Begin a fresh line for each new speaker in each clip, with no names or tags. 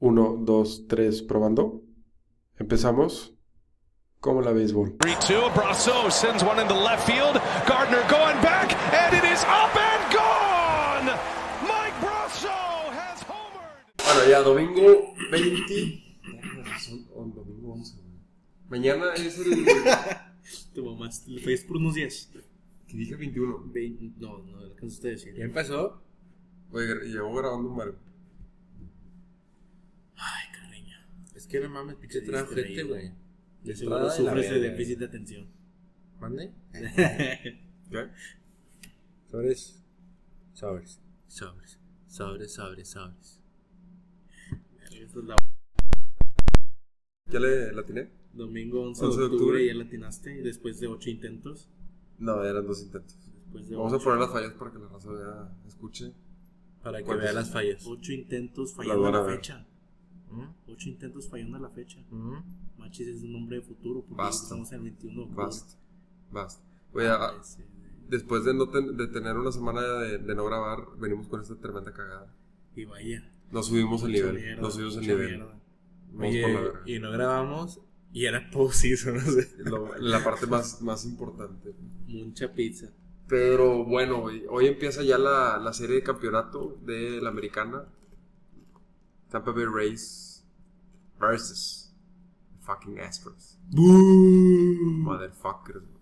1, 2, 3, probando. Empezamos. Como la béisbol.
3-2. Brasso sends one into left field. Gardner going back, and it is up and gone. Mike Brasso has homered.
Bueno, ya domingo 20. Son on- domingo 11. güey. Mañana es el.
Te mamaste, le pedís por unos 10.
que dije 21.
No, no, lo cansaste de decir.
¿Ya empezó?
Oye, llevo grabando un mar.
Ay, cariño.
Es que no mames, pinche
Sí,
transfete,
distraído.
güey.
De seguro
Entrada de la
sufres de
verga.
déficit de atención.
¿Mande?
¿Qué?
Sobres. Sobres.
Sobres, sobres, sobres, sobres. Esta es la
¿Ya le la tiene?
domingo 11,
Once
de
de
octubre,
octubre.
ya latinaste después de 8 intentos.
No, eran dos intentos.
Después de
Vamos a poner las fallas para que la raza vea, escuche.
Para que
¿Cuántos?
vea las fallas.
8 intentos
Las
fallando a
van a
la
ver.
fecha.
¿Mm?
8 intentos fallando a la fecha. Machis es un nombre de futuro porque
Basta.
estamos en el 21 de octubre.
Basta. Basta. Oye, a-
Ese de-
después de, no ten- de tener una semana de, de no grabar, venimos con esta tremenda cagada.
Y vaya.
Nos subimos el
mucha
nivel.
mierda,
nos subimos el
mucha
nivel.
mierda.
Vamos por la
Oye,
verga.
y no grabamos y era post-season, no sé.
Lo- la parte más, más importante.
Mucha pizza.
Pero bueno, güey, hoy empieza ya la, la serie de campeonato de la americana. Tampa Bay Rays versus fucking Astros. Motherfuckers. güey.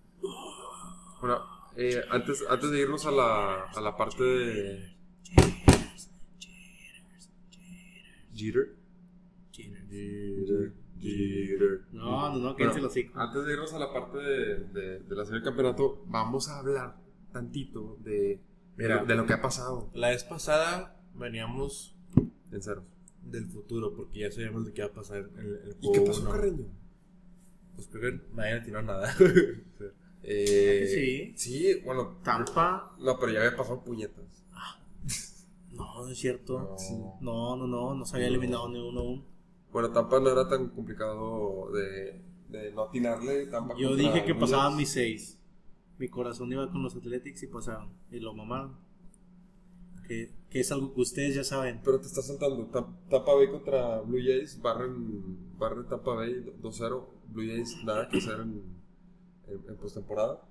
Bueno, eh, antes, antes de irnos a la, a la parte de... Jeter. Jeter. Jeter.
No, no, no,
Bueno,
quédense los
ah,
hijos.
Antes de irnos a la parte de, de- de la serie de campeonato, vamos a hablar tantito de,
Mira.
de, lo que ha pasado
La vez pasada veníamos
en cero.
del futuro porque ya sabíamos lo que iba a pasar en el, el
¿Y qué
juego
pasó,
uno.
Carreño?
Pues creo que nadie le tiró nada.
Eh, Sí, bueno,
Tampa.
no, pero ya había pasado puñetas.
No, no es cierto.
Sí.
No, no, no, no se había eliminado ni uno aún.
Bueno, Tampa no era tan complicado de, de no atinarle. Tampa
Yo
contra
dije que
Orioles.
pasaban mis seis. Mi corazón iba con los Athletics y pasaron. Y lo mamaron. Que, que es algo que ustedes ya saben.
Pero te estás saltando. Tam- Tampa Bay contra Blue Jays, barren, barren Tampa Bay 2-0. Blue Jays nada que hacer en, en, en postemporada.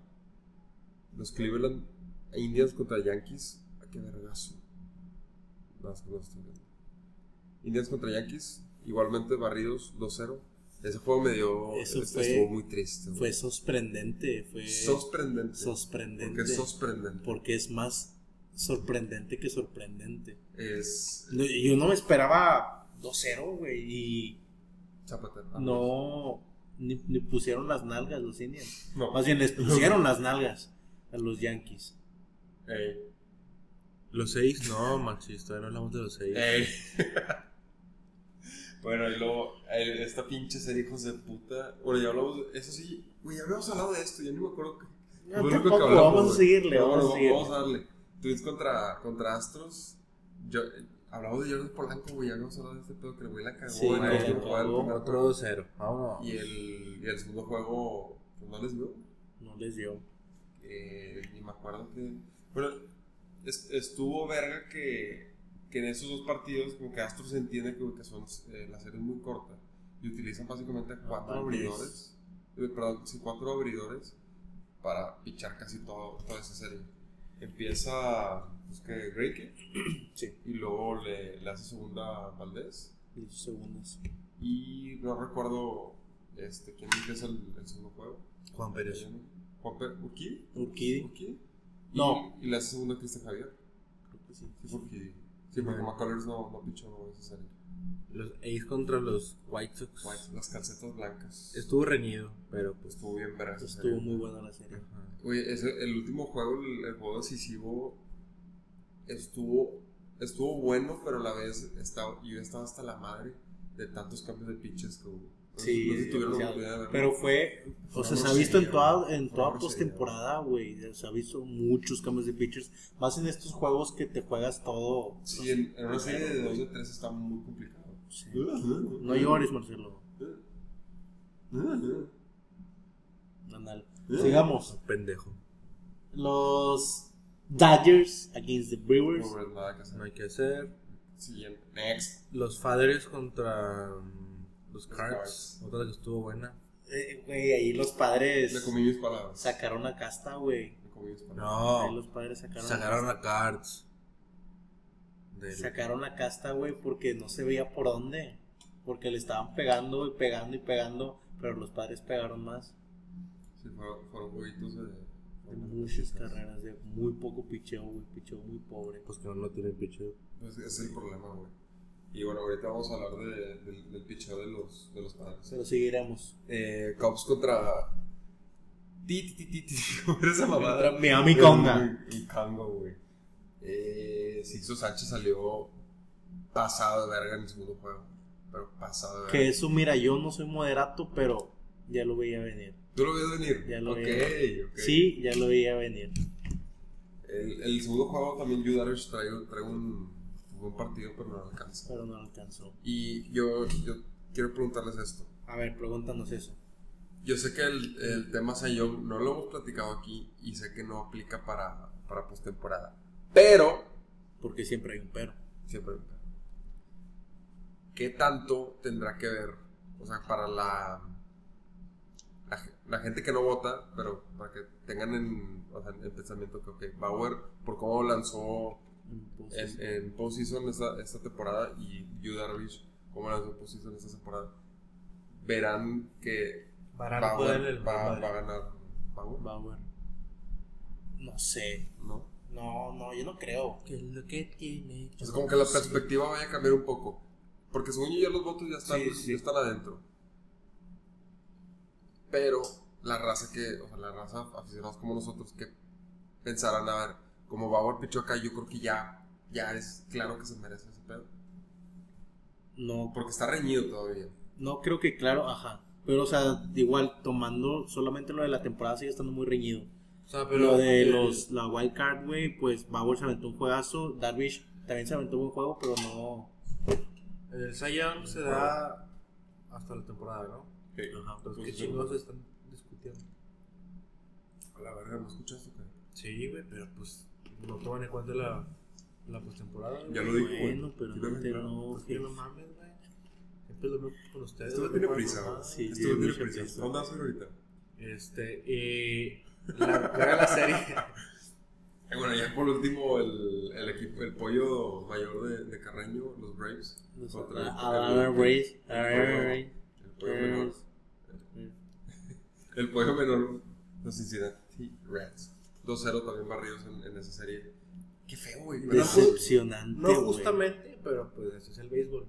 Los Cleveland Indians contra Yankees. ¿A qué vergazo? Nada más que no estoy viendo. Indians contra Yankees, igualmente barridos 2-0. Ese juego me dio.
Eso
est-
fue-
estuvo muy triste. güey.
Fue sorprendente. Fue
sorprendente. Porque
sorprendente.
es sorprendente.
Porque es más sorprendente que sorprendente.
Es.
No, Yo no me esperaba 2-0, güey. Y
Zapata.
no. Ni, ni pusieron las nalgas los Indians.
No.
Más bien les pusieron las nalgas a los Yankees.
Ey.
Los seis, no, Maxi, todavía no hablamos de los seis.
Ey. bueno, y luego eh, esta pinche serie hijos de puta. Bueno, ya hablamos, de- eso sí, güey, ya habíamos hablado de esto, ya ni me acuerdo que.
No,
lo único
tampoco,
hablamos,
vamos a
güey.
seguirle,
Pero
vamos a seguirle.
a darle. Twins contra, contra Astros. Yo, eh, hablamos de Jordan Polanco, güey, ya habíamos hablado de este pedo que el güey la cagó.
Sí,
en el
güey,
primer
la
juego, en el
cagó.
primer
Otro
juego.
2-0. Vámonos.
Y el, y el segundo juego, pues, no les dio.
No les dio.
Eh, ni me acuerdo que. Bueno, es- estuvo verga que, que en esos dos partidos, como que Astros entiende que, que son eh, la serie es muy corta y utilizan básicamente cuatro
manches.
abridores, eh, perdón, sí, cuatro abridores para pichar casi todo, toda esa serie. Empieza, pues que Reike,
Sí.
y luego le, le hace segunda a Valdés,
Y sus segundos.
y no recuerdo este, quién empieza el, el segundo juego.
Juan Pérez.
Juan Pe- Urquidi.
Urquidy.
Urquidi. Y-
No.
Y la segunda Cristian Javier.
Creo que sí.
Sí, porque, sí, porque McCullers no, no pichó esa serie.
Los A's contra los White Sox.
Guay, Pues, Las calcetas blancas.
Estuvo reñido, pero pues.
Estuvo bien verga esa
Estuvo
serie.
muy buena la serie.
Ajá.
Oye, ese- el último juego, el, el juego decisivo, estuvo, estuvo bueno, pero a la vez estaba, yo estaba hasta la madre de tantos cambios de pitches que hubo. No sé-
Sí,
no sé si tuvieron la
demasiado.
oportunidad de verlo.
Pero fue. O sea, se ha
grosería,
visto en toda,
güey.
en
Fue
toda
grosería,
postemporada, güey. Se ha visto muchos cambios de pitchers. Más en estos juegos que te juegas todo.
Sí, en, en una serie de 2 de 3 está muy complicado.
Sí. No
Mm.
llores, Marcelo. Anal. Sigamos.
Pendejo.
Los Dodgers against the Brewers.
Pobre, pues, nada que hacer.
No hay que hacer.
Siguiente. Next.
Los Fathers contra mm, los Cards.
Cards.
Otra que estuvo buena.
Eh, Güey, ahí los padres
Le comí mis palabras.
sacaron la casta, güey.
Le comí mis palabras.
Ahí
No,
los padres sacaron,
sacaron
la
a Cards.
casta.
Del-
Sacaron la casta, güey, porque no se veía por dónde. Porque le estaban pegando y pegando y pegando, pero los padres pegaron más.
Sí, fueron, fueron jueguitos de.
De muchas carreras, de muy poco picheo, güey. Picheo muy pobre.
Pues que no, no tienen picheo.
Pues ese es el problema, güey. Y bueno, ahorita vamos a hablar de, del, del picheo de los, de los padres.
Pero seguiremos.
Eh, Cubs contra. Ti, ti, ti, ti, ti. ¿Cómo era esa mamada?
Contra Miami Conga.
Y Congo, güey. Eh, Sixto Sánchez salió pasado de verga en el segundo juego. Pero pasado de verga.
Que eso, mira, yo no soy moderato, pero ya lo veía venir.
¿Tú lo ves venir?
Ya lo
Ok,
veía.
ok.
Sí, ya lo veía venir.
El, el segundo juego también Yu Darvish trae, trae un buen partido, pero no lo alcanza.
Pero no alcanzó.
Y yo, yo quiero preguntarles esto.
A ver, pregúntanos eso.
Yo sé que el, el tema Sayón no lo hemos platicado aquí y sé que no aplica para, para postemporada. Pero,
Porque siempre hay un pero.
siempre, ¿qué tanto tendrá que ver? O sea, para la, la, ge- la gente que no vota, pero para que tengan en, o sea, en el pensamiento que, ok, Bauer, por cómo lanzó
Entonces,
en, en postseason esta, esta temporada y Yu Darvish, como lanzó en postseason esta temporada, verán que
Ah,
Varane
va,
puede
va-
darle el-
va-
madre.
va a ganar Bauer,
Bauer. No sé.
¿no?
No, no, yo no creo.
¿Qué es lo que tiene?
O sea, como que la perspectiva vaya a cambiar un poco. Porque según yo ya los votos ya están,
Sí, sí.
ya están adentro. Pero la raza que, o sea, la raza aficionados como nosotros que pensarán, a ver, como Bauer pichó acá, yo creo que ya, ya es claro que se merece ese pedo.
No,
Porque está reñido todavía.
no creo que, claro, ajá. Pero, o sea, igual, tomando solamente lo de la temporada, sigue estando muy reñido.
O sea, pero.
Lo de
el-
los, la wild card, güey, pues Bauer se aventó un juegazo. Darvish también se aventó un buen juego, pero no.
El Cy Young se da hasta la temporada, ¿no?
Ajá,
Entonces,
Pues
¿qué
sí.
chingados están discutiendo?
A la verga, ¿no escuchaste? qué?
Sí, güey, pero pues no toman en cuenta la, la postemporada.
Ya
güey.
lo dijo, güey.
Bueno, pero
Sí, lo
no, te-
dije, claro.
no,
Pues que no
que-
mames, güey. Siempre lo mismo con ustedes.
Esto no
güey,
tiene
no
prisa,
pasa
güey.
nada.
Sí,
Estuvo bien
mucha
prisa.
prisa.
¿Dónde vas a ir ahorita? Eh,
Este, eh, la, juega la serie.
Eh, bueno, ya por último, el, el equipo, el pollo mayor de, de Carreño, los Braves.
Los-
Contra
ah,
el-
ah,
el-
ah, Braves,
el
ah,
pollo-
Braves.
El pollo menor.
Eh.
El pollo menor, los Cincinnati Reds. 2-0 también barridos en, en esa serie. Qué feo, güey. pues, ¿verdad?
Decepcionante.
No
güey.
justamente, pero pues así es el béisbol.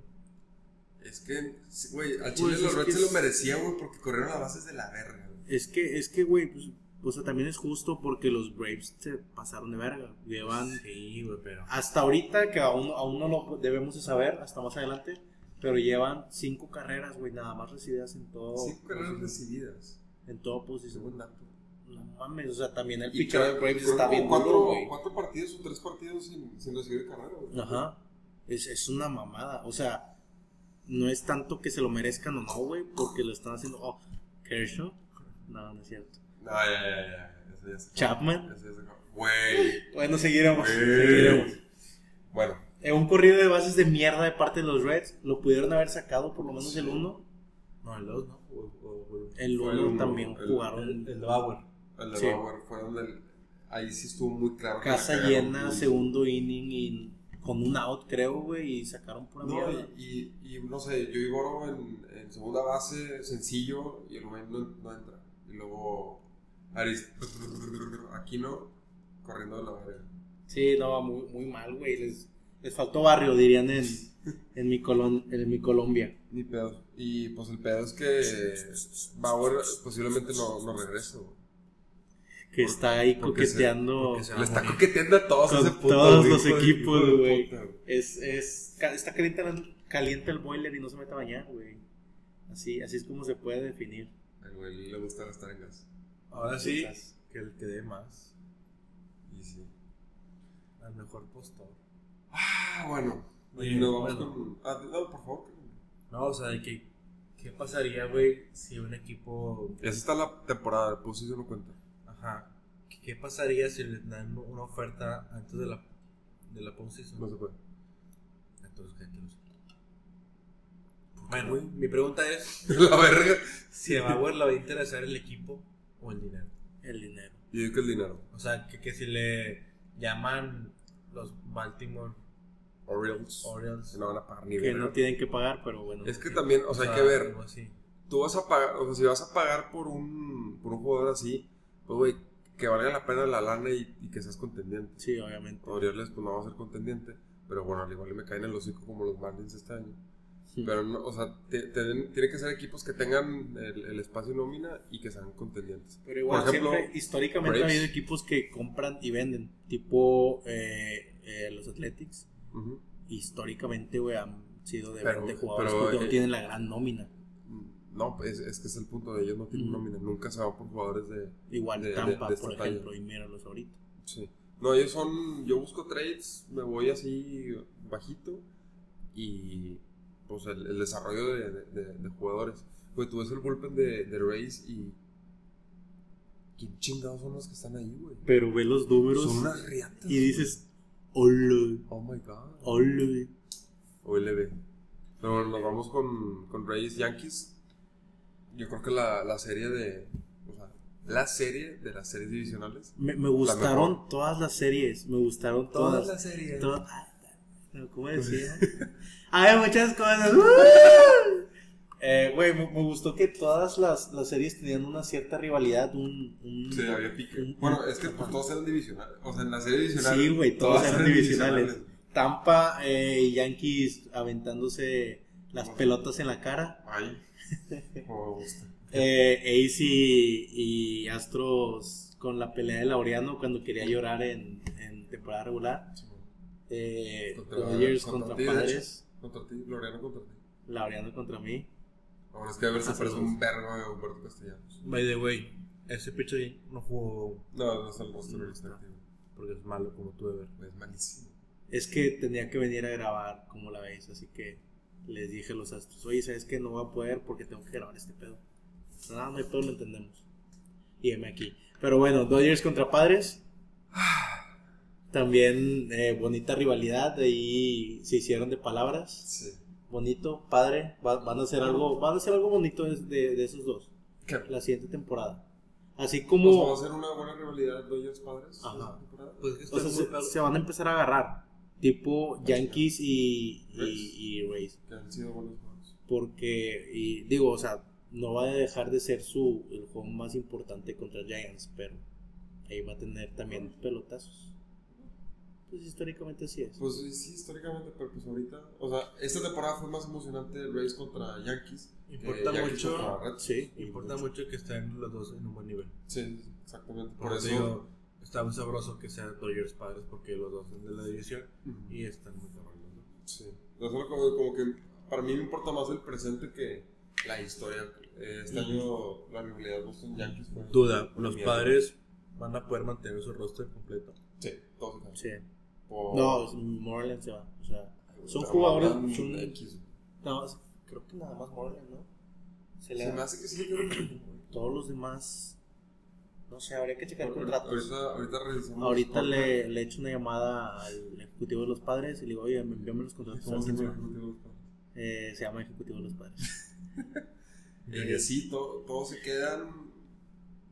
Es que, sí, güey, al Chile
Pues
los
es
Reds
que
se lo
es-
merecían, güey, porque corrieron las bases de la verga, güey.
Es que, es que, güey, pues, o sea, también es justo porque los Braves se pasaron de verga. Llevan
Sí, güey, pero.
hasta ahorita, que aún, aún no lo debemos de saber, hasta más adelante, pero llevan cinco carreras, güey, nada más recibidas en todo,
Cinco carreras recibidas.
en todo posición.
Según dato.
No mames, o sea, también el
Y
pitcher de
creo-
Braves
creo
está
que
bien
cuatro,
duro, güey.
cuatro partidos o tres partidos sin, sin recibir carrera, güey.
Ajá. Es, es una mamada. O sea, no es tanto que se lo merezcan o no, güey, porque lo están haciendo. Oh, Kershaw. No, no es cierto.
No, ya, ya, ya. Eso ya se acabó.
Chapman.
Eso ya se acabó. Güey.
Bueno, seguiremos. Seguiremos.
Güey. Bueno,
Eh, un corrido de bases de mierda de parte de los Reds. Lo pudieron haber sacado por lo menos el 1.
No, el 2, ¿no? O, o- o-
El
Fue el
1
uno,
también
el-
jugaron.
el, el Bauer.
el de
Sí.
Bauer fue donde. el- ahí sí estuvo muy claro. que la
casa
cagaron,
llena,
güey.
segundo inning y con un out, creo, güey. Y sacaron pura
No,
mierda.
y, y, y no sé, yo Igoro en, en segunda base, sencillo, y el güey no, no entra. Y luego Aris, Aquino, corriendo de la verga.
Sí, no, muy, muy mal, güey. Les, les faltó barrio, dirían en, en, mi colon, en mi Colombia.
Ni pedo. Y pues el pedo es que Bauer posiblemente no, no regrese. güey.
Que está ahí
porque se-
coqueteando
porque se
Le está coqueteando a todos
con
ese puto,
todos
güey,
los
hijo de-
equipos,
hijo de
güey.
puta, güey.
Es, es, ca- está caliente, la- caliente el boiler y no se mete a bañar, güey. Así, así es como se puede definir.
Al güey le gusta gastar en gas. ¿Ah,
Ahora sí,
Estás-
que el que dé más.
Y sí.
Al mejor postor.
Ah, bueno.
Oye,
y nos vamos
bueno.
con. Ah, no, por favor.
No, o sea, de que. ¿Qué pasaría, güey, si un equipo
Esa está la temporada, pues sí se lo cuenta.
Ajá. ¿Qué- ¿Qué pasaría si le dan una oferta antes de la, de la
No
postseason?
se puede.
Entonces
Pero es que aquí no sé.
Bueno, mi pregunta es
La verga.
si a Bauer le va a interesar el equipo o el dinero.
El dinero.
Y digo que el dinero.
O sea, que, que si le llaman los Baltimore
Orioles.
Orioles,
No van a pagar ni
Que
verga.
no tienen que pagar, pero bueno.
Es que también, o sea, hay que ver.
algo así.
Tú vas a pagar, o sea, si vas a pagar por un, por un jugador así, pues, güey, que valga la pena la lana y, y que seas contendiente.
Sí, obviamente.
Orioles, pues no va a ser contendiente. Pero bueno, al igual y me caen en los hocico como los Marlins este año. Pero, no, o sea, te- te den- tiene que ser equipos que tengan el, el espacio nómina y que sean contendientes.
Pero igual,
Por ejemplo,
siempre, históricamente
Braves.
ha habido equipos que compran y venden, tipo eh, eh, los Athletics.
Ujú.
Históricamente, güey, han sido de
Pero-
20 jugadores
pero,
porque
eh,
no tienen la gran nómina.
No, es, es que es el punto de ellos, no tienen
Ujú.
nómina. Nunca se van por jugadores de.
Igual
de- de-
Tampa,
de este esta
por
talla.
ejemplo, y míralos ahorita.
Sí. No, ellos son. Yo busco trades, me voy así bajito y. Pues el, el desarrollo de, de- de- de jugadores. Güey, tú ves el bullpen de, de Rays y. ¿Quién chingados son los que están ahí, güey?
Pero ve los números
Son unas riatas.
y dices, hola,
güey. Oh my god.
hola. güey".
O LB. Pero bueno, nos vamos con, con Rays Yankees. Yo creo que la, la serie de. O sea, la serie de las series divisionales.
Me, me gustaron
mejor.
todas las series, me gustaron todas.
series.
To- No, ¿Cómo decía? Había muchas cosas. Eh, Güey, me, me gustó que todas las, las series tenían una cierta rivalidad. Un, un-
Sí, había pique.
un-
Bueno, es que pues, todos eran divisionales. O sea, en la serie divisional.
Sí, güey, todas eran divisionales.
divisionales.
Tampa eh, y Yankees aventándose las pelotas en la cara.
Ay, como me gusta.
Eh, Ace y, y Astros con la pelea de Laureano cuando quería llorar en, en temporada regular. Eh,
Contra-
Dodgers
contra
contra,
ti, de hecho.
Padres.
Contra ti, Loriano contra ti.
Laureano contra mí.
Ahora es que a ver se
Hace
parece
dos.
un vergo de Humberto Castellanos.
By the way, ese pitcher no jugó
No, no es el rostro del respectivo.
porque es malo, como tú de ver.
Es malísimo.
Es que tenía que venir a grabar, como la veis, así que les dije a los astros, oye, ¿sabes qué? No voy a poder porque tengo que grabar este pedo. Nada, no hay pedo, lo entendemos. Y heme aquí. Pero bueno, Dodgers contra Padres.
Ah.
También eh, bonita rivalidad, ahí se hicieron de palabras.
Sí.
Bonito, padre, va- van a hacer algo, van a hacer algo bonito de, de- de esos dos,
¿Qué?
la siguiente temporada. Así
Pues, ¿Va a
como,
ser una buena rivalidad Dodgers padres?
Ajá.
esta temporada?
Pues que está
o sea, se, se van a empezar a agarrar, tipo Yankees y, y, y Rays.
Que han sido buenos juegos.
porque y digo, o sea, no va a dejar de ser su el juego más importante contra Giants, pero ahí va a tener también pelotazos. Pues históricamente así es.
Pues sí, sí, históricamente, pero pues ahorita. O sea, esta temporada fue más emocionante Rays contra Yankees. Eh, que
Importa
Yankees
mucho.
contra Reds.
Sí, y
Importa
mucho.
mucho que estén los dos en un buen nivel.
Sí, exactamente.
Por, eso digo, está muy sabroso que sean Dodgers padres porque los dos son de la división
Ujú.
y están muy cabrones los dos.
Sí. No solo como, como que para mí me importa más el presente que la historia. Eh, este año la rivalidad Boston Yankees fue.
Mm. Duda,
fue
los
mierda.
padres van a poder mantener su roster completo.
Sí, todos acá.
Sí.
Por-
No, Moreland se va. O sea, son
por
jugadores.
Abraham
son-
X.
no, es- creo que nada más Moreland, ¿no? Se le
Se me
da.
hace que sí, yo creo que-
Todos los demás. No sé, habría que checar contratos.
Ahorita, ahorita revisamos.
Ahorita le, le echo una llamada al ejecutivo de los padres y le digo, oye, me envíame los contratos.
¿Cómo
a
se
quién se
llama
va.
el ejecutivo de los padres?
Eh, se llama Ejecutivo de los Padres.
Eh, sí, to- todos se quedan.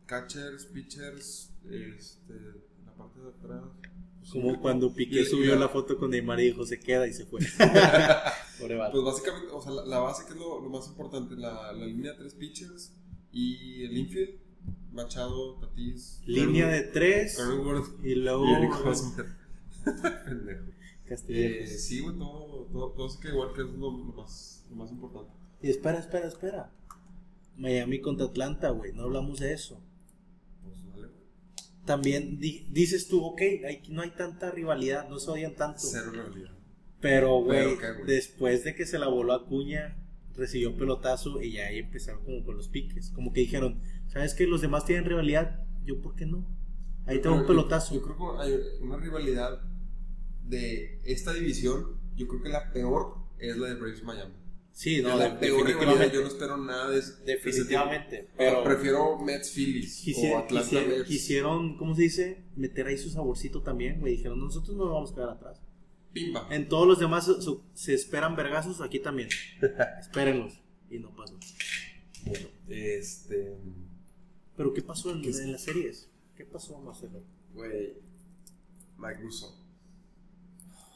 Catchers, pitchers, este, en la parte de atrás.
Como cuando
Y-
Piqué
y
subió la foto con Neymar y dijo se queda y se fue. Pobre vato.
Pues básicamente, o sea, la, la base que es lo, lo más importante, la, la línea de tres pitchers y el infield, Machado, Tatis.
Línea de tres Oh,
Cronenworth
y
y Eric
luego
Hosmer. Pendejo. Eh,
Castillejos.
sí, güey, todo, todo, todo se queda igual, que es lo, lo más, lo más importante.
Y espera, espera, espera. Miami contra Atlanta, güey. No hablamos de eso.
Pues vale, güey.
También di- dices tú, ok, hay- no hay tanta rivalidad, no se odian tanto.
Cero realidad. Pero,
Pero, güey,
¿qué, güey?
después de que se la voló a Cuña, recibió pelotazo y ya ahí empezaron como con los piques. Como que dijeron, ¿sabes qué? Los demás tienen rivalidad, yo por qué no. Ahí tengo
Pero yo-
un
Yo,
pelotazo.
creo que hay una rivalidad de esta división. Yo creo que la peor es la de Braves Miami.
Sí,
Es
no,
la
de-
peor rivalidad. Yo no
definitivamente.
espero nada de ese- de ese tipo.
Definitivamente.
Pero
Pero
prefiero Mets Phillies o
quisiera-
Atlanta
quisiera-
Braves.
quisieron, ¿cómo se dice? Meter ahí su saborcito también, güey. Dijeron, nosotros no nos vamos a quedar atrás.
Pimba.
En todos los demás su- su- se esperan vergazos, aquí también. Espérenlos. Y no pasó.
Bueno, este.
Pero ¿qué pasó en, en las series? ¿Qué pasó, Marcelo?
Güey. Mike Russo.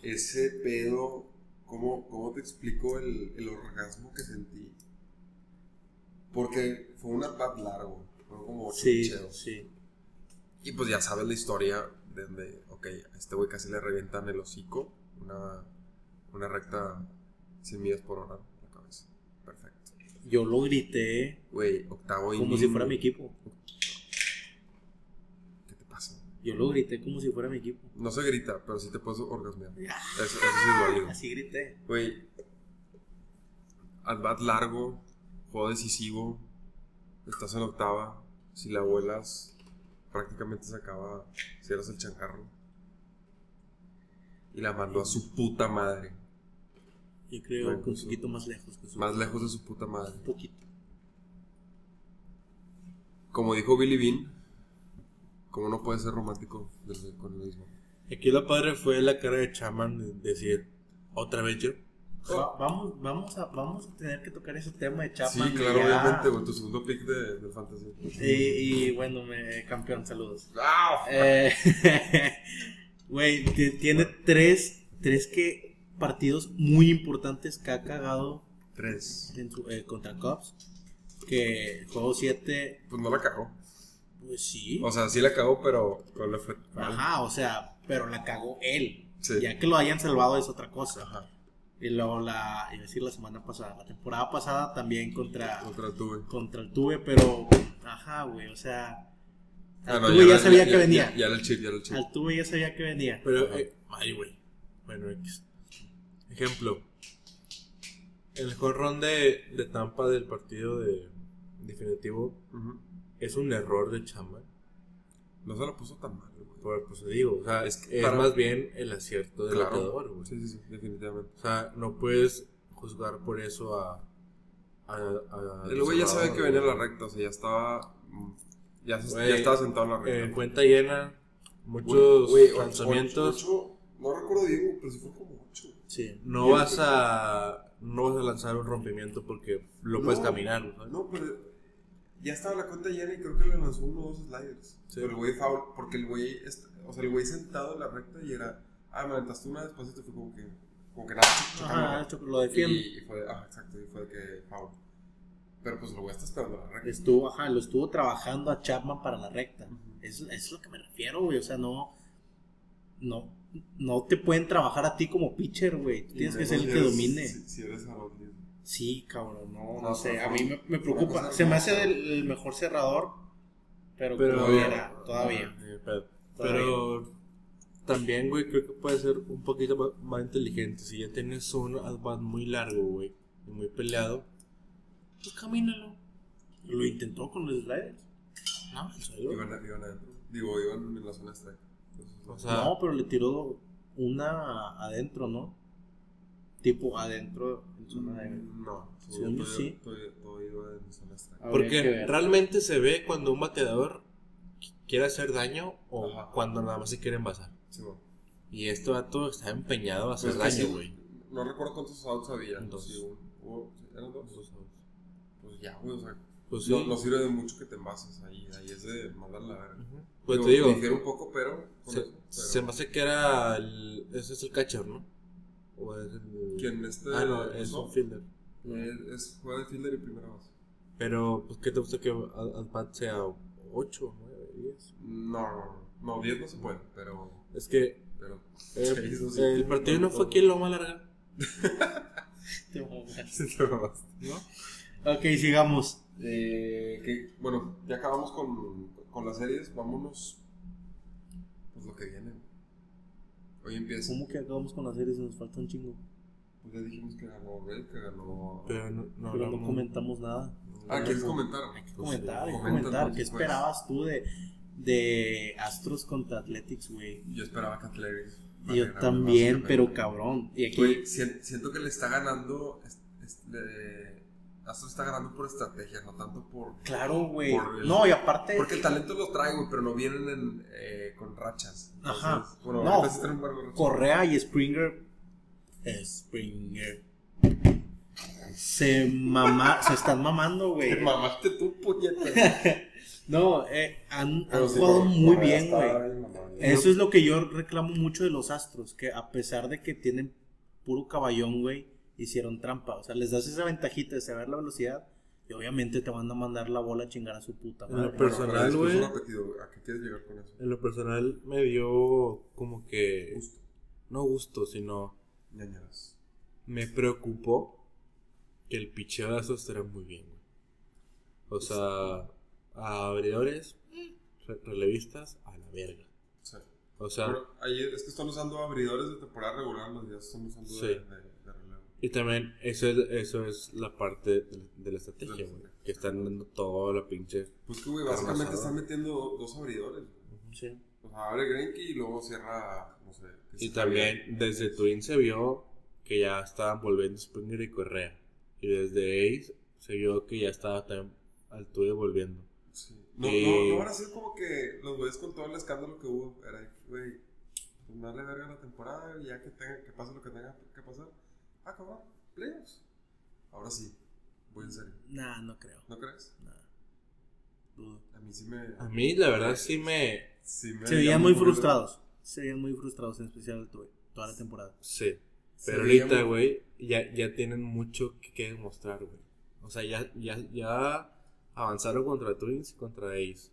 Ese pedo. ¿Cómo, cómo te explico el, el orgasmo que sentí? Porque fue una bat largo. Fueron como ocho
Sí,
picheos.
sí.
Y pues ya sabes la historia de, de, ok, a este güey casi le revientan el hocico, una, una recta 100 millas por hora en la cabeza. Perfecto.
Yo lo grité
Güey, octavo
como si fuera mi equipo.
¿Qué te pasa?
Yo lo grité como si fuera mi equipo.
No se grita, pero sí te puedes orgasmear. Eso, eso sí es válido.
Así grité.
Güey, at bat largo, juego decisivo, estás en octava, si la vuelas prácticamente se acaba, cierras el chancarro. Y la mandó a su puta madre,
Yo creo
Bueno,
que un
sí.
poquito más lejos. que su-
más lejos de su puta madre.
Un poquito.
Como dijo Billy Bean, como no puede ser romántico del- con el mismo.
Aquí lo padre fue la cara de Chaman de decir, otra vez yo.
Va- vamos, vamos, a, vamos a tener que tocar ese tema de Chapman.
Sí, claro,
ya.
obviamente, güey, tu segundo pick de, del fantasy.
Y, y bueno, me, campeón, saludos.
¡Ah!
Eh, Güey, ti- tiene tres, tres que partidos muy importantes que ha cagado
Tres.
en su- eh, contra Cubs. Que juego 7,
Pues no la cagó.
pues sí.
O sea, sí la cagó, pero con la fue.
Ajá, o sea, pero la cagó él.
Sí.
Ya que lo hayan salvado es otra cosa.
Ajá.
Y luego la, iba a decir la semana pasada, la temporada pasada también contra,
Otra tuve.
contra el Tuve, pero ajá, güey, o sea, al
Ah, no,
Tuve ya,
era-
sabía que
ya-
venía.
Ya, ya era el chip, ya era el chip.
Al Tuve ya sabía que venía.
Pero, eh, ay, güey. Bueno, X. Ejemplo. El jonrón de, de Tampa del partido de definitivo
Ujú.
es un error de Chaman.
No se lo puso tan mal, güey.
Por, pues digo, o sea, es, es
Para-
más bien el acierto del bateador, güey.
Sí, sí, sí, definitivamente.
O sea, no puedes juzgar por eso a. a, a-
El güey ya sabía que
Ah, güey.
venía la recta, o sea, ya estaba. mm, Ya, se-
Güey,
ya estaba sentado en la
Eh,
recta.
cuenta llena, muchos
Güey, güey,
lanzamientos.
ocho- ocho- no recuerdo bien, pero sí fue como 8.
Sí.
no vas a no vas a lanzar un rompimiento porque lo puedes caminar. ¿no?
No, pero. Ya estaba la cuenta llena y creo que le lanzó uno o dos sliders.
Sí.
Pero el güey foul, porque el güey. est- O sea, el güey sentado en la recta y era. Ah, me aventaste una despacito, fue como que. Como que nada.
Ajá,
chocando.
hecho, lo defiendo.
Y, y fue, ah, exacto, y fue de que foul. Pero pues el güey está esperando la recta.
Estuvo, ajá, lo estuvo trabajando a Chapman para la recta. Eso eso es lo que me refiero, güey. O sea, no, no, no te pueden trabajar a ti como pitcher, güey. Tú Tienes que ser el que domine.
Si, si eres Aaron
Sí, cabrón, no, no
No,
sé.
pero-
A mí me, me
Una
preocupa.
cosa
Se me hace
hermosa.
del, el mejor cerrador, pero,
Pero-
todavía, era, todavía.
Ah, eh, pero, pero también, güey, creo que puede ser un poquito ma- más, inteligente. Si ya tienes un advance muy largo, güey, y muy peleado, pues camínalo.
Lo intentó con los sliders.
No,
Iban, a- iban adentro. Digo, iban en la zona strike.
O sea,
no, pero le tiró una adentro, ¿no? Tipo adentro en zona
Mm.
de.
No,
Según yo, sí. Ah.
Todo, todo iba en zona strike.
Habría que
porque
ver.
realmente se ve cuando un bateador qui- quiere hacer daño o
Ajá.
cuando nada más se quiere envasar.
Sí, bueno.
Y este vato está empeñado a hacer
Pues es que
daño,
sí,
güey.
No recuerdo cuántos outs había.
Dos.
Sí, un- hubo- sí, ¿Eran dos? Pues ya, güey, o sea.
Pues
no,
sí.
no sirve de mucho que te envases ahí. Ahí es de mandar la verga.
Ujú. Pues te digo,
difiere un poco, pero. con
Se,
eso, pero-
se me hace que era el. Ese es el catcher, ¿no? O es el.
¿Quién este?
Ah, no, es
Russo?
un fielder.
Eh, es juega de fielder y primera base.
Pero, pues, ¿qué te gusta que al al bat sea 8, 9, 10?
No, no, no. No, 10 no se puede, pero.
Es que.
pero
eh,
Sí, eso sí.
el partido no fue aquí lo más larga.
Te mamaste.
sí te mamaste.
Ok, sigamos.
Eh, que, bueno, ya acabamos con, con las series, vámonos. Pues lo que viene. Hoy empieza.
¿Cómo que acabamos con las series y nos falta un chingo?
Pues ya dijimos que ganó Red, que ganó.
Pero no, no
Pero no
hablamos-
comentamos nada.
Ah, ¿quieres comentar?
Comentar, hay que
coméntanos,
comentar. ¿Qué
pues.
esperabas tú de, de Astros contra Athletics, güey?
Yo esperaba que Athletics.
Yo también, pero cabrón. Y aquí,
Oye, siento que le está ganando. es- es- le- Astro está ganando por estrategia, no tanto por.
claro, güey.
por el-
No, y aparte.
Porque el talento lo trae, güey, pero no vienen en, eh, con rachas.
Ajá.
Bueno,
No.
ahorita sí traen un buen racha.
Correa y Springer Springer. Se mama, se están mamando, güey.
Te mamaste tú, puñeta.
No, eh, han, han
Pero sí,
jugado
Correa-
muy
Correa
bien,
está
güey.
bien mamado.
Eso es lo que yo reclamo mucho de los Astros, que a pesar de que tienen puro caballón, güey, hicieron trampa. O sea, les das esa ventajita de saber la velocidad y obviamente te van a mandar la bola a chingar a su puta
En lo
Bueno,
madre.
pero
personal,
discurso
güey.
repetido, güey. ¿A qué quieres llegar con eso?
En lo personal me dio como que. No gusto, sino
Ñañeras.
me preocupó que el picheo de Astros era muy bien, güey. O sea, a abridores, re- relevistas, a la verga.
Sí.
O sea,
Pero ahí es que están usando abridores de temporada regular, los días están usando
Sí.
de, de- de relevo.
y también eso es, eso es la parte de, de la estrategia, güey. Que están dando toda la pinche.
Pues que, güey,
Carlos
básicamente
Adán.
están metiendo do- dos abridores. güey.
Sí.
O sea, abre Greinke y luego cierra, no sé. que
Y
se
también
cambie.
desde Twin se vio que ya estaban volviendo Springer y Correa. Y desde Ace se vio que ya estaba también Altuve volviendo.
Sí. No,
Eh.
no, no van a ser como que los güeyes con todo el escándalo que hubo. Era, de, güey, pues darle verga a la temporada y ya que, tenga, que pase lo que tenga que pasar. Ah, cabrón, playoffs. Ahora sí, voy en serio.
Nah, no creo.
¿No crees?
Dudo.
A mí sí me.
A mí, la verdad, sí me.
sí me
Se veían
llama
muy
mucho la-
frustrados. Se veían muy frustrados, en especial el Tuve, toda la temporada.
Sí.
Se
Pero
veía
ahorita,
muy-
güey, ya, ya tienen mucho que, que demostrar, güey. O sea, ya, ya, ya avanzaron contra Twins y contra Ace.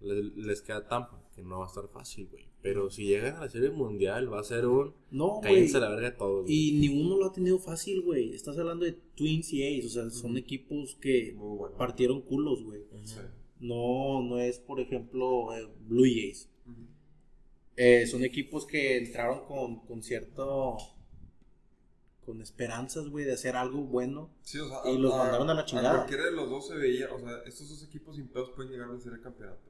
Les, les queda Tampa, que no va a estar fácil, güey. Pero si llegan a la Serie Mundial, va a ser un...
No, güey.
Cállense a la verga todos, güey.
Y ninguno lo ha tenido fácil, güey. Estás hablando de Twins y Ace, o sea, son equipos que
Muy bueno.
partieron culos, güey.
Sí.
No, no es, por ejemplo, eh, Blue Jays.
Ujú.
Eh, son equipos que entraron con, con cierto. con esperanzas, güey, de hacer algo bueno.
Sí, o sea,
Y los mandaron a la chingada.
cualquiera de los dos se veía, o sea, estos dos equipos sin pedos pueden llegar a ser el campeonato.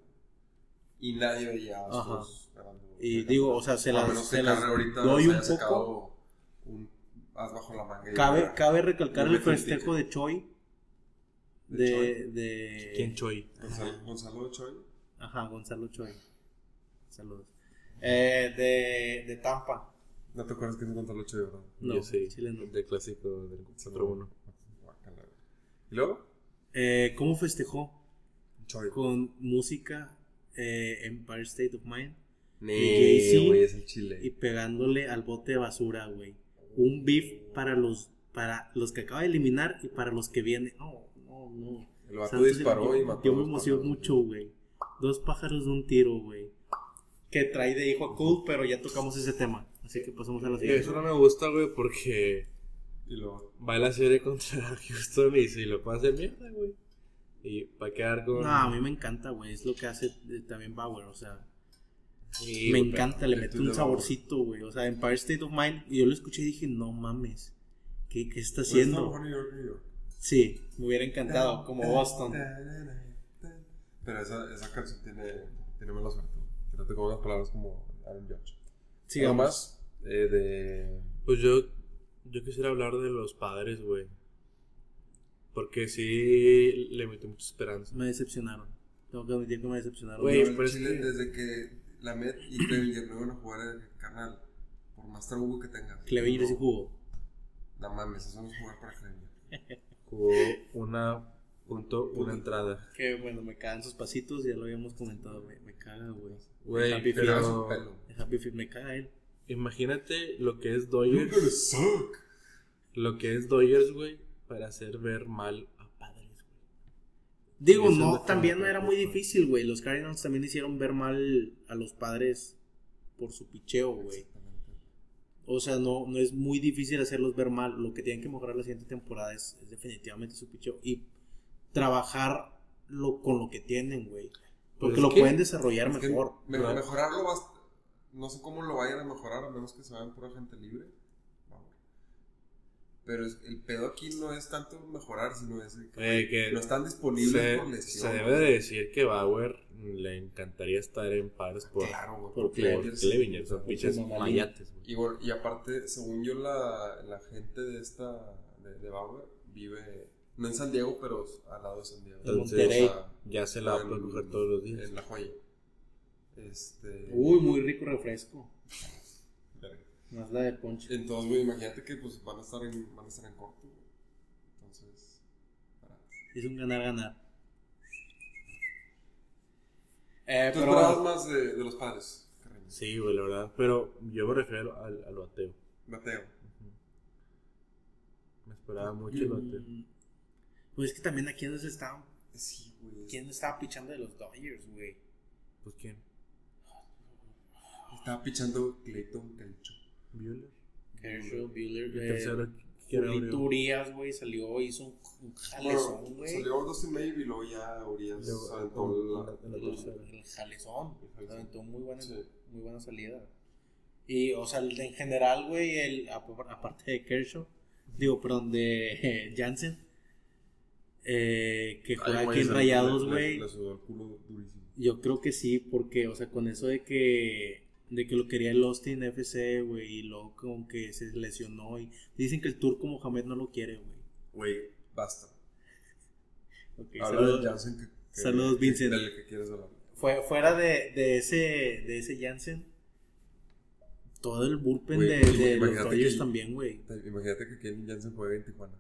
Y nadie veía a estos ganando.
Y
el
digo, o
campeonato.
sea, se
a
las,
menos
se
Ah, que
las
Carrera ahorita
doy
se
un
haya
poco.
sacado un as bajo la manga. y
Cabe,
dijera,
cabe recalcar
un
el festejo
metricito.
de Choi.
¿De
De. de
¿Quién Choi?
Gonzalo, Gonzalo Choy.
Ajá, Gonzalo Choi. Saludos. Eh, de, de Tampa.
No te acuerdas que es Gonzalo Choy, ¿verdad?
No,
Yo sí,
Chile no.
de clásico del 4-1.
Guácala, güey. ¿Y luego?
Eh, ¿Cómo festejó?
Choy.
Con música eh, Empire State of Mind.
Nee,
Jay-Z.
güey, es el
y
chile.
pegándole al bote de basura, güey. Un beef para los para los que acaba de eliminar y para los que vienen. No, no, no.
El vato
Santos
disparó
yo-
y mató
Yo
a
me
dos
emociono
pájaros.
mucho, güey. Dos pájaros de un tiro, güey. Que trae de hijo a Cool, pero ya tocamos ese tema. Así que pasamos a la siguiente.
Eso no me gusta, güey, porque
Y luego.
va la serie contra Houston y si lo puede hacer mierda, güey. Y va a quedar con...
No, a mí me encanta, güey. Es lo que hace eh, también Bauer, o sea.
Sí,
me
güey, pero-
encanta, le
el
mete
tuyo
un
de Bauer.
saborcito, güey. O sea, Empire State of Mind. Y yo lo escuché y dije, no mames. ¿Qué, qué está
Pues
haciendo?
Bueno, New York, New York.
Sí, me hubiera encantado,
Ah,
como Boston.
Pero esa, esa canción tiene, tiene mala suerte. Fíjate con unas palabras como Aaron Judge.
Sí,
Nada
vamos.
más eh, de.
Pues yo, yo quisiera hablar de los padres, güey. Porque sí le metí mucha esperanza.
Me decepcionaron. Tengo que admitir que me decepcionaron.
Güey,
Pero
pero es
Chile,
que-
desde que la Met y Clevinger no van a jugar en el canal, por más trabajo que tengan.
Clevenger sí jugó.
No mames, eso no es jugar para Clevinger.
Jugó una punto, una entrada.
Que bueno, me cagan sus pasitos, ya lo habíamos comentado. Me, me caga, güey.
Güey,
Happy
pero-
Pero
Feet.
su pelo.
Happy Feet, me caga él.
Imagínate lo que es
You're gonna
Dodgers.
suck.
Lo que es Dodgers, güey, para hacer ver mal a padres, güey.
Digo,
Ese es
no,
el
también no
tema,
era
pues,
muy
¿no?
difícil, güey. Los Cardinals también hicieron ver mal a los padres por su picheo, güey. O sea, no, no es muy difícil hacerlos ver mal. Lo que tienen que mejorar la siguiente temporada es, es definitivamente su picheo y trabajar lo, con lo que tienen, güey. Porque
Pues es
lo
que-
pueden desarrollar
Es que
mejor.
me-
Claro.
Mejorarlo bast- No sé cómo lo vayan a mejorar, a menos que se vayan pura gente libre. Vamos. Pero es- el pedo aquí no es tanto mejorar, sino es el que
Güey, Eh, que
no están disponibles
se,
por
se
lesión.
debe de decir que Bauer le encantaría estar en padres por,
Claro, güey,
por,
por
por
Clevingers.
Clevinger. Son
Por
pinches
Mamalín.
mayates, güey.
Y, bueno, y aparte, según yo, la, la gente de esta, de, de Bauer, vive, no en San Diego, pero al lado de San Diego.
En
Monterrey.
Ya se la va a
en-
poder coger todos los días.
En La Joya. Este...
Uy, muy rico refresco.
verga.
Más la de Ponche.
Entonces, güey, imagínate que pues van a estar en, van a estar en corto, güey. Entonces,
Es un ganar-ganar. Eh,
¿tú
pero
esperabas
bueno,
más de, de los padres? Carreño?
Sí, güey, la verdad. Pero yo me refiero al, a lo ateo.
Mateo.
Me esperaba mucho lo ateo.
mm, Pues es que también a quién nos estaban.
Sí, güey.
¿Quién nos estaba pichando de los Dodgers, güey?
Pues quién?
Estaba pichando Clayton Calicho.
Bueller.
Kershaw, Buehler,
El
eh,
tercero que era
Julito
Oriol.
Urias, güey, salió, hizo un, un jalezón,
Bueno,
güey.
salió Dustin May y luego ya Urias
Luego,
se aventó eh, la-
en la tercera.
el, el jalezón.
El jalezón.
Aventó muy buena,
Sí.
muy buena salida. Y, o sea, el de- en general, güey, el- a- aparte de Kershaw, digo, perdón, de eh, Jansen, eh, que juega
Ay,
aquí en
se-
Rayados,
le-
güey.
Le, le sudó el culo durísimo.
Yo creo que sí, porque, o sea, con eso de que, de que lo quería el Austin FC, güey, y luego como que se lesionó y dicen que el turco Mohamed no lo quiere, güey.
Güey, basta.
Ok,
Habla
saludos.
de Jansen que, que-
Saludos,
que-
Vincent.
Del que quieres hablar.
Fue, fuera de, de ese de ese Jansen, todo el bullpen
Güey,
de,
im-
de los
imagínate
Dodgers
que-
también, güey.
Te- Imagínate que Kevin Jansen juega en Tijuana.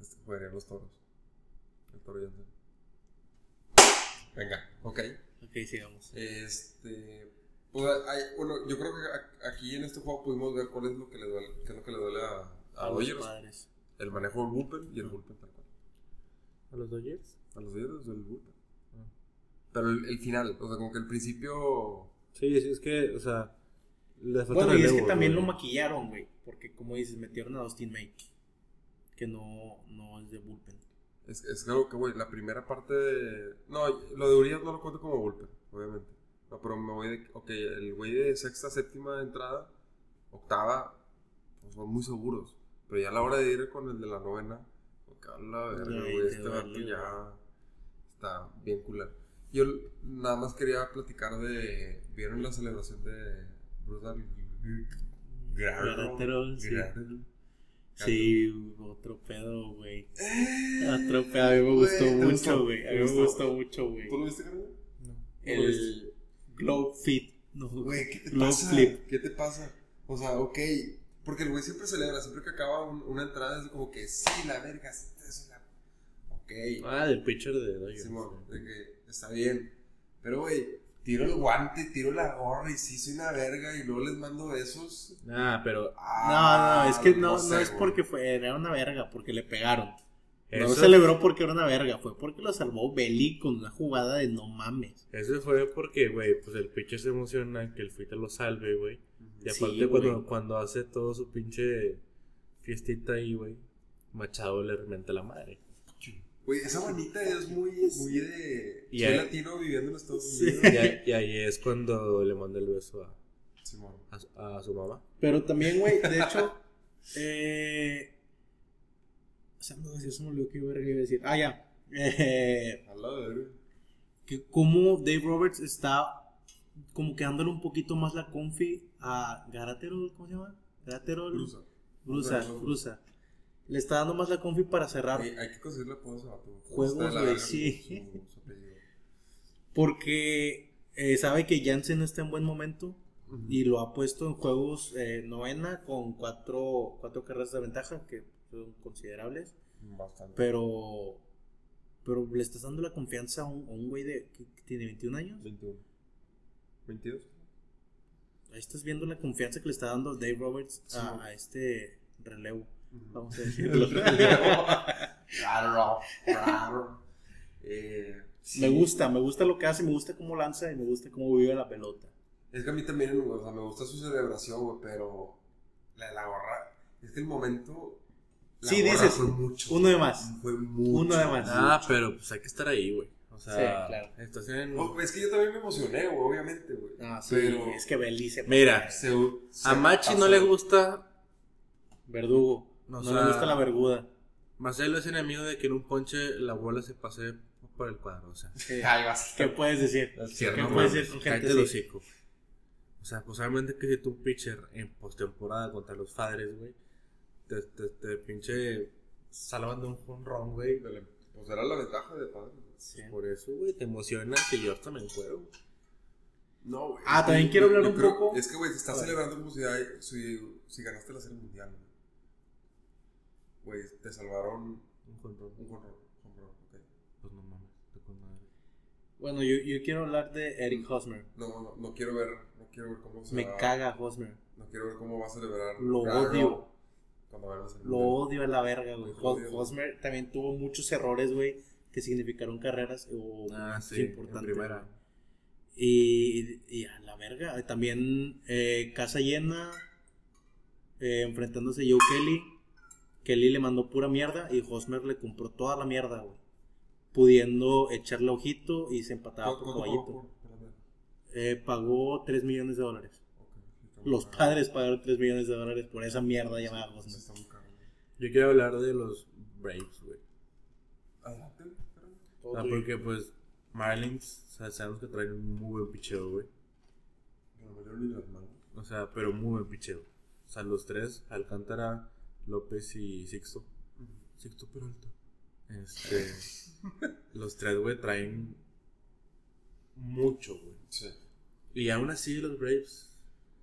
Este jugaría en los toros. El toro Jansen. Venga, ok.
Ok, sigamos.
Eh, Este. Pues hay- bueno, yo creo que a- aquí en este juego pudimos ver cuál es lo que le duele, qué es lo que le duele a, a,
los
Dodgers.
padres.
El manejo del bullpen y el bullpen tal cual.
¿A los Dodgers?
A los Dodgers el bullpen. Pero el, el final, o sea, como que el principio.
Sí, sí, es que, o sea, les falta
Bueno, y es que
relevo,
también
güey.
lo maquillaron, güey. Porque, como dices, metieron a Austin May, que no, no es de bullpen.
Es, es algo que, güey, la primera parte de... No, lo de Urias no lo cuento como golpe, obviamente. No, pero me voy de... Ok, el güey de sexta, séptima entrada, octava, pues son muy seguros. Pero ya a la hora de ir con el de la novena, ok, a la verga,
Ay,
güey,
te
este vato
duele,
ya está bien culero. Yo l- nada más quería platicar de... ¿Vieron la celebración de Bruce Allen?
Garretero, sí.
Garretero.
Sí, otro pedo, güey. Otro pedo, a mí me gustó
Güey, ¿te
mucho, güey. A mí
¿Te
me gustó mucho, güey.
¿Tú lo viste, Garretero?
El Glow Fit. No,
Güey, ¿qué te
Glow
pasa?
Flip.
¿Qué te pasa? O sea, ok. Porque el güey siempre celebra, siempre que acaba un- una entrada es como que sí, la verga, es es la. Ok.
Ah, del pitcher de Dodgers.
Simón, de que está bien. Pero güey, tiro el guante, tiro la gorra y sí soy una verga y luego les mando besos.
Ah, pero
Ah,
No, no, es que no,
sé,
no es
güey.
porque fue, era una verga, porque le pegaron. No
Eso-
celebró porque era una verga, fue porque lo salvó Belly con una jugada de no mames.
Eso fue porque, güey, pues el pitcher se emociona que el Fuita lo salve, güey. Y
Sí,
aparte cuando,
güey.
cuando hace todo su pinche fiestita ahí, güey, Machado le rementa la madre.
Güey, esa bonita es muy, muy de.
Y
soy
ahí-
latino viviendo en Estados
Sí.
Unidos.
Y, ahí- y ahí es cuando le manda el beso a,
Simón.
a su- a su mamá.
Pero también, güey, de hecho, eh, o sea, no, yo se me olvidó qué verga iba a decir. Ah, ya. Eh,
A la verga.
que como Dave Roberts está como que dándole un poquito más la confi a Garatero, ¿cómo se llama? Garatero.
Cruza.
Brusa,
Garatero.
Brusa. Le está dando más la confi para cerrar.
Hay, hay que conseguirle apodos a tu
Juegos, güey, sí. Porque eh, sabe que Jansen no está en buen momento y lo ha puesto en juegos eh, novena con cuatro, cuatro carreras de ventaja, que son considerables,
Bastante.
pero, pero le estás dando la confianza a un, a un güey de, que que tiene 21 años.
21. 22.
Ahí estás viendo la confianza que le está dando Dave Roberts
Sí.
a, a este relevo. Vamos a decirlo.
Claro, claro. Eh, sí.
me gusta, me gusta lo que hace, me gusta cómo lanza y me gusta cómo vive la pelota.
Es que a mí también güey, o sea, me gusta su celebración, güey, pero la de la gorra. Es que el momento. la
Sí,
gorra
dices,
fue mucho.
uno de más.
Fue mucho.
Uno de más.
Ah, pero pues hay que estar ahí, güey. O sea,
Sí, claro.
estás en...
Oh, es que yo también me emocioné, güey, obviamente, güey.
Ah, sí,
Pero
es que Belice.
Mira,
se- se
A Machi no
pasó.
le gusta...
Verdugo. No,
O
le
sea-
gusta la verguda.
Marcelo es enemigo de que en un ponche la bola se pase por el cuadro, o sea...
Eh,
Ay, vas.
¿Qué puedes decir?
cierto,
¿Qué
no
puedes
mames,
decir con
Cállate
gente
el
así?
hocico. O sea, pues obviamente que si tú un pitcher en postemporada contra los padres, güey, te, te, te pinche salvan de un jonrón, güey.
Ándale, Pues
Pues
era la ventaja de padre. güey.
Sí.
Por eso, güey, te emocionas y yo hasta me encuero. güey.
No, güey.
Ah,
Sí,
también quiero
yo-
hablar
yo
un
creo-
poco-
Es que, güey, se está
A ver.
celebrando como si, hay- si, si ganaste la serie mundial, güey. Güey, te salvaron
Un control.
un home run, home run, ok.
Pues no mames, está con madre.
Bueno, yo, yo quiero hablar de Eric Hosmer.
No, no, no quiero ver, no quiero ver cómo se
Me
Ah.
va-
caga Hosmer.
No quiero ver cómo va a celebrar.
Lo
Ah, no,
odio.
Cuando va a la serie
Lo
mundial.
odio a la verga, güey.
Lo
Hos-
odio.
Hosmer también tuvo muchos errores, güey, que significaron carreras o
Ah,
momentos
sí, en
importantes,
primera.
güey. Y, y a la verga. También eh, Casa Llena eh, enfrentándose a Joe Kelly. Kelly le mandó pura mierda y Hosmer le compró toda la mierda, güey. Pudiendo echarle ojito y se empataba
¿Cuánto
por
pagó
caballito.
por- por la serie?
Eh, pagó 3 millones de dólares.
Ok, sí, está muy
Los
caro.
padres pagaron 3 millones de dólares por esa mierda llamada
Sí,
Hosmer.
está muy caro, güey.
Yo quiero hablar de los Braves, güey.
Adelante, güey, espérame.
O sea, porque pues Marlins, o sea, sabemos que traen un muy buen picheo, güey.
Me lo valieron ni las manos.
O sea, pero muy buen picheo. O sea, los tres, Alcántara, López y Sixto. Sixto Peralta. Este, los tres, güey, traen mucho, güey.
Sí.
Y aún así los Braves,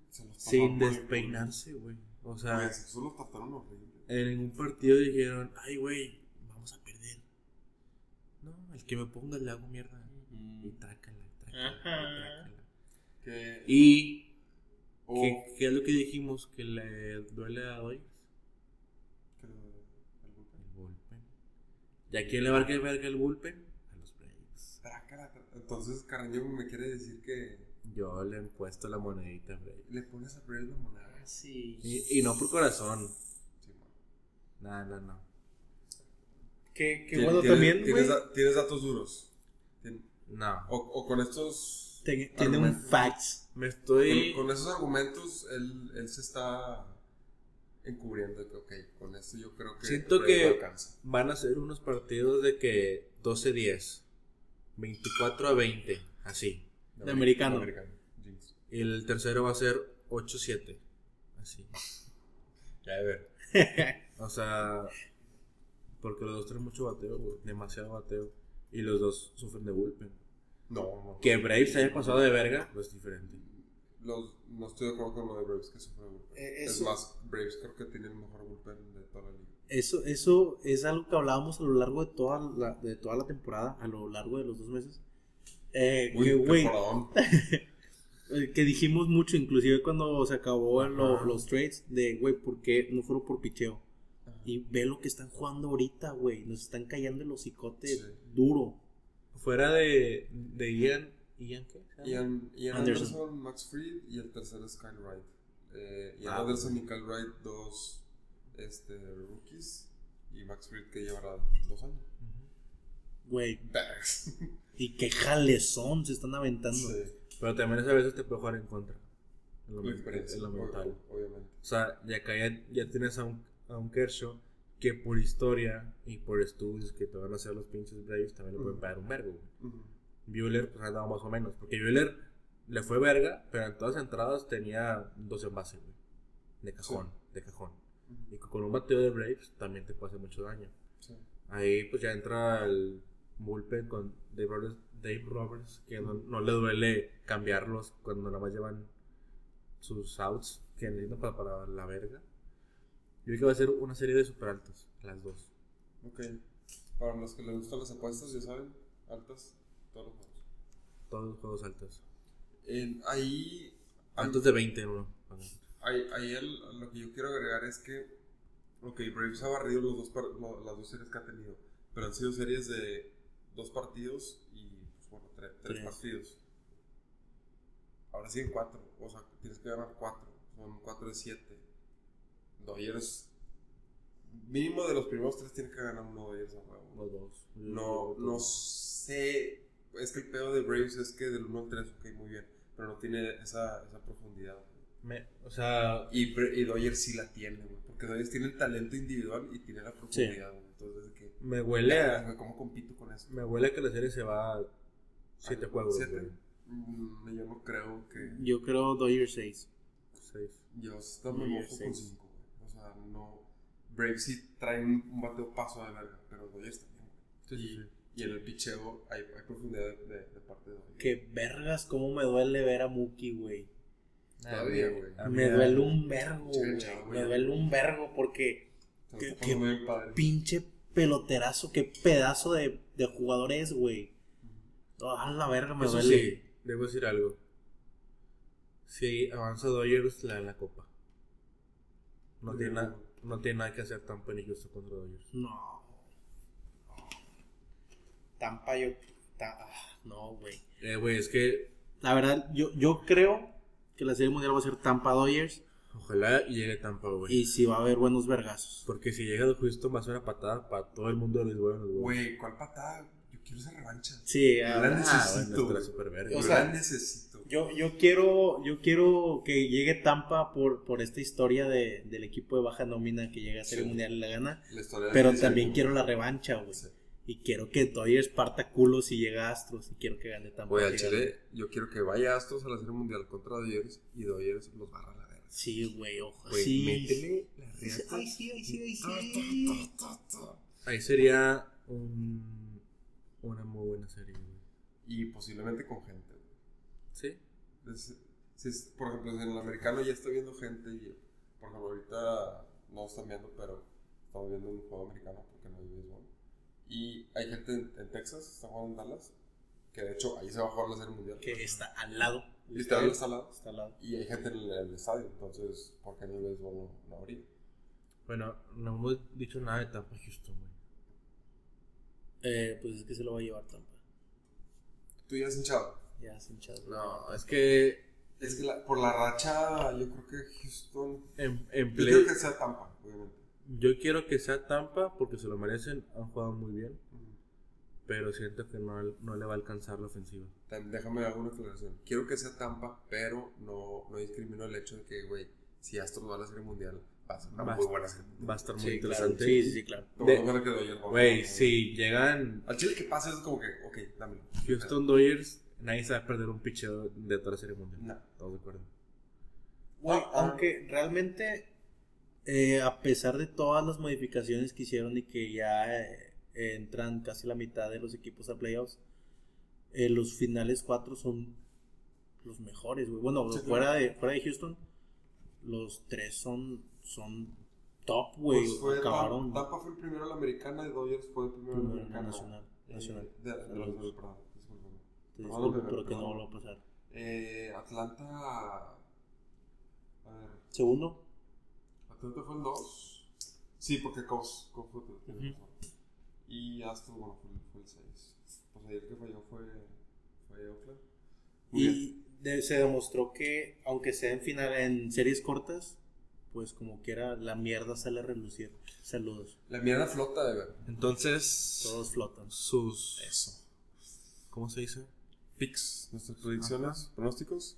Se los
sin
taparon, güey.
despeinarse, güey. O sea,
Güey, se los trataron horrible.
en ningún partido dijeron, ay, güey, vamos a perder. No, el que me ponga le hago mierda.
Mm.
Y trácala, trácala, y
Ajá.
trácala.
Que-
Y
o-
¿Qué, qué es lo que dijimos que le duele a Dodgers?
que- el golpe.
El bullpen. ¿Y a quién le va a caer el bullpen? A los Braves.
Trácala, tra- Entonces Carreño me quiere decir que
Yo le he puesto la monedita a Braves.
le pones a perder la moneda.
Sí.
Y, y no por corazón.
Sí, man.
No, no, no.
Que, que
Tien-
bueno,
tienes-
también, güey,
Tienes, da- tienes datos duros. Tien-
No.
O, o con estos.
te- tiene un
argumentos-
fax.
Me
Con,
estoy.
con esos argumentos, él, él se está encubriendo. Que, ok, con esto yo creo que.
Siento
Brady
que-
lo alcanza.
Van a ser unos partidos de que 12-10, 24 a 20, así.
De americano.
De americano. Jinx.
Y el tercero va a ser 8-7, así. Ya de ver. O sea, porque los dos traen mucho bateo, güey, demasiado bateo. Y los dos sufren de bullpen.
No, no.
Que Braves haya pasado de verga, pues es diferente.
Los- no estoy de acuerdo con lo de Braves que sufre bullpen.
Eh,
es
eso-
más, Braves creo que tiene el mejor bullpen de toda la liga.
Eso, eso es algo que hablábamos a lo largo de toda la, de toda la temporada, a lo largo de los dos meses. Eh,
Uy,
que, güey,
temporadón.
eh, que dijimos mucho, inclusive cuando se acabó en lo- los trades, de, güey, ¿por qué no fueron por picheo? Y ve lo que están jugando ahorita, güey. Nos están callando el hocicote
Sí.
duro.
Fuera de, de Ian. ¿Ian qué?
Ian, Ian
Anderson.
Anderson. Max Fried y el tercero es Kyle Wright. Eh, Ian
Ah,
Anderson y Kyle Wright, dos este, rookies. Y Max Fried que llevará dos años.
Güey,
Bags.
y qué jalezón se están aventando.
Pero también a veces te puede jugar en contra. En lo,
La
men-
experiencia,
en lo
ob-
mental.
Obviamente.
O sea, y acá ya, ya tienes a un, a un Kershaw que por historia y por estudios que te van a hacer los pinches Braves también le pueden
Ujú.
pagar un vergo. güey. Buehler pues ha dado más o menos, porque Buehler le fue verga, pero en todas las entradas tenía dos envases, güey. De cajón, de cajón. Y con un bateo de Braves también te puede hacer mucho daño.
Sí.
Ahí pues ya entra el bullpen con Dave Roberts, Dave Roberts, que no, no le duele cambiarlos cuando nada más llevan sus outs que necesitan para, para la verga. Yo creo que va a ser una serie de super altos, las dos.
Ok. Para los que les gustan las apuestas, ya saben, altas, todos los juegos.
Todos los juegos altos.
En- ahí.
Altos de 20, uno.
Ahí, ahí el- lo que yo quiero agregar es que, ok, Braves ha barrido los dos, par- lo- las dos series que ha tenido, pero han sido series de dos partidos y, pues, bueno, tre- tres
Tres.
partidos. Ahora sí en cuatro, o sea, tienes que ganar cuatro, son cuatro de siete. Dodgers, mínimo de los primeros tres tienes que ganar uno Dodgers a huevo.
Los dos.
No, no sé. Es que el pedo de Braves es que del 1 al 3, ok, muy bien. Pero no tiene esa, esa profundidad.
Me- o sea,
Y, Bra- y Dodgers sí la tiene, güey. Porque Dodgers tiene el talento individual y tiene la profundidad, güey. Entonces, de que.
me huele
"Vergas,
a,
güey, ¿Cómo compito con eso?
me huele a que la serie se va a 7
Al-
juegos.
siete.
güey.
Mm, yo no creo que.
Yo creo Dodgers 6.
Seis.
Yo hasta me
Yo
mojo con
seis.
5, güey. O sea, no. Braves sí trae un, un bateo paso de verga, pero Dodgers también, güey.
Sí, sí,
y,
sí.
Y en el picheo hay, hay profundidad de, de- de parte de Doggy.
Que vergas, cómo me duele ver a Muki, güey.
Todavía, güey.
Ah,
Me
mira.
duele un vergo,
Sí,
güey.
chavo,
Me
güey.
duele un vergo porque
Se
qué-
está
qué
poniendo bien padre.
pinche peloterazo, qué pedazo de, de jugador es, güey. Ah, la verga, me
Eso
duele.
sí, debo decir algo. Si avanza Dodgers, le dan la copa. No tiene, na- no tiene nada que hacer tan peligroso contra Dodgers.
No. Tampa, yo. ta- ah, no, güey.
Eh, güey, es que
La verdad, yo, yo creo que la serie mundial va a ser Tampa Dodgers.
ojalá llegue Tampa, güey.
Y si va a haber buenos vergazos.
Porque si llega Houston va a ser una patada para todo el mundo de los buenos, güey.
Güey, ¿cuál patada? Yo quiero esa revancha.
Sí,
Yo la
ah,
necesito.
Nuestra
güey.
superverga.
Yo
O sea,
la necesito.
yo, yo quiero yo quiero que llegue Tampa por, por esta historia de, del equipo de baja nómina que llega a ser
Sí.
mundial y la gana.
La historia de
Pero
Chris
también
Evans.
quiero la revancha, güey.
Sí.
Y quiero que Dodgers parta culo si llega Astros. Y quiero que gane Tampa.
Güey, al
si gana-
Chile, yo quiero que vaya Astros a la Serie Mundial contra Dodgers y Dodgers los barra a la verga.
Sí, güey, ojo.
Güey,
sí.
métele la riata.
Ay, sí, ay, sí, ay, sí.
Ahí sería un- una muy buena serie, güey.
Y posiblemente con gente. güey.
¿Sí?
Entonces, si es- por ejemplo, en el americano ya está viendo gente y, por ejemplo, ahorita no están viendo, pero estamos viendo un juego americano porque no hay béisbol. Y hay gente en, en Texas, está jugando en Dallas, que de hecho ahí se va a jugar la Serie Mundial.
Que está al lado.
Literal está al lado.
Está al lado.
Y hay gente en el, en el estadio, entonces, ¿por qué no el béisbol no, no habría?
Bueno, no hemos dicho nada de Tampa Houston, güey.
Eh, pues es que se lo va a llevar Tampa.
Tú ya has hinchado.
Ya, sin chance.
No, es que
Es que la- por la racha, yo creo que Houston.
en, en
Yo
play-
creo que sea Tampa, obviamente.
Yo quiero que sea Tampa porque se lo merecen, han jugado muy bien, pero siento que no, no le va a alcanzar la ofensiva.
Tam- Déjame hacer una aclaración. Quiero que sea Tampa, pero no, no discrimino el hecho de que, güey, si Astros va a la Serie Mundial, va a ser una
Va a
muy
estar-
buena Serie Mundial.
Va a estar muy
Sí, claro.
interesante.
Sí, sí, sí, claro.
No,
de-
no creo que Dodgers vaya a
Güey,
ganar.
si llegan
Al chile que pasa es como que, ok, dámelo.
Houston Dodgers, nadie se va a perder un picheo de toda la serie mundial.
No.
Estamos de acuerdo.
Güey,
Ah, ah.
aunque realmente, eh, a pesar de todas las modificaciones que hicieron y que ya eh, entran casi la mitad de los equipos a playoffs, eh, los finales cuatro son los mejores, güey. Bueno,
Sí,
fuera, de, fuera de Houston, los tres son, son top, güey.
Pues fue
acabaron
Tampa, Tampa fue el primero a la americana y Dodgers fue el primero a la
primero en la
americana.
nacional.
Eh,
nacional.
de, de los dos, perdón. discúlpame.
Te
Perdón,
disculpo,
perdón,
pero que no
perdón.
lo va a pasar.
Eh, Atlanta. A ver.
Segundo,
Atlanta fue el 2. Sí, porque Cavs Cavs fue el
Ujú.
tiene razón. Y Astro, bueno, fue, el- fue el 6. Pues ahí el que falló fue, fue Oakland. Muy bien.
Y de- se demostró que, aunque sea en final, en series cortas, pues como quiera, la mierda sale a relucir. Saludos.
La mierda flota, de verdad.
Entonces,
Todos flotan.
sus. ¿Cómo se dice?
Picks, nuestras predicciones, pronósticos.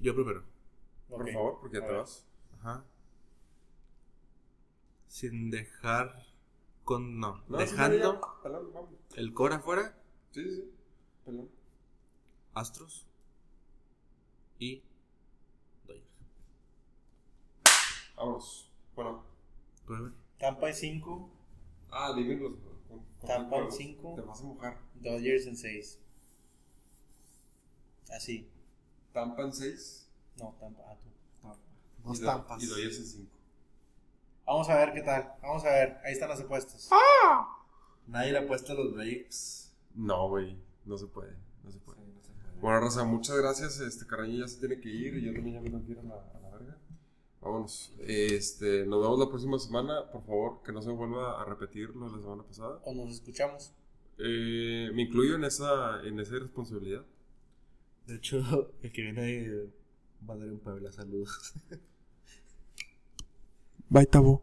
Yo primero.
Por favor, porque ya te vas.
Ajá. Sin dejar. Con. No.
No, sí,
dejando
ya, ya. Pelón, vamos.
el core afuera,
Sí, sí, sí. Pelón.
Astros. Y. Dodgers.
Vámonos. Bueno.
Tú, Ever.
Tampa en 5,
Ah, dímelos. con- con-
Tampa en
con-
cinco.
Te vas a mojar.
Dodgers en 6. Así.
Tampa en 6.
No, Tampa. ah, tú.
Dos tampas. Y Dodgers en 5.
Vamos a ver qué tal. Vamos a ver. Ahí están las apuestas.
Ah.
Nadie le apuesta a los Braves.
No, güey, no se puede, no se puede. Bueno, Rosa, muchas gracias. Este Carrañilla ya se tiene que ir y yo también ya me tengo que ir a la, a la verga. Vámonos. Este, nos vemos la próxima semana. Por favor, que no se vuelva a repetir lo de la semana pasada.
O nos escuchamos.
Eh, me incluyo en esa, en esa irresponsabilidad.
De hecho, el que viene ahí va a dar un Puebla. Saludos.
Bye, Tabo.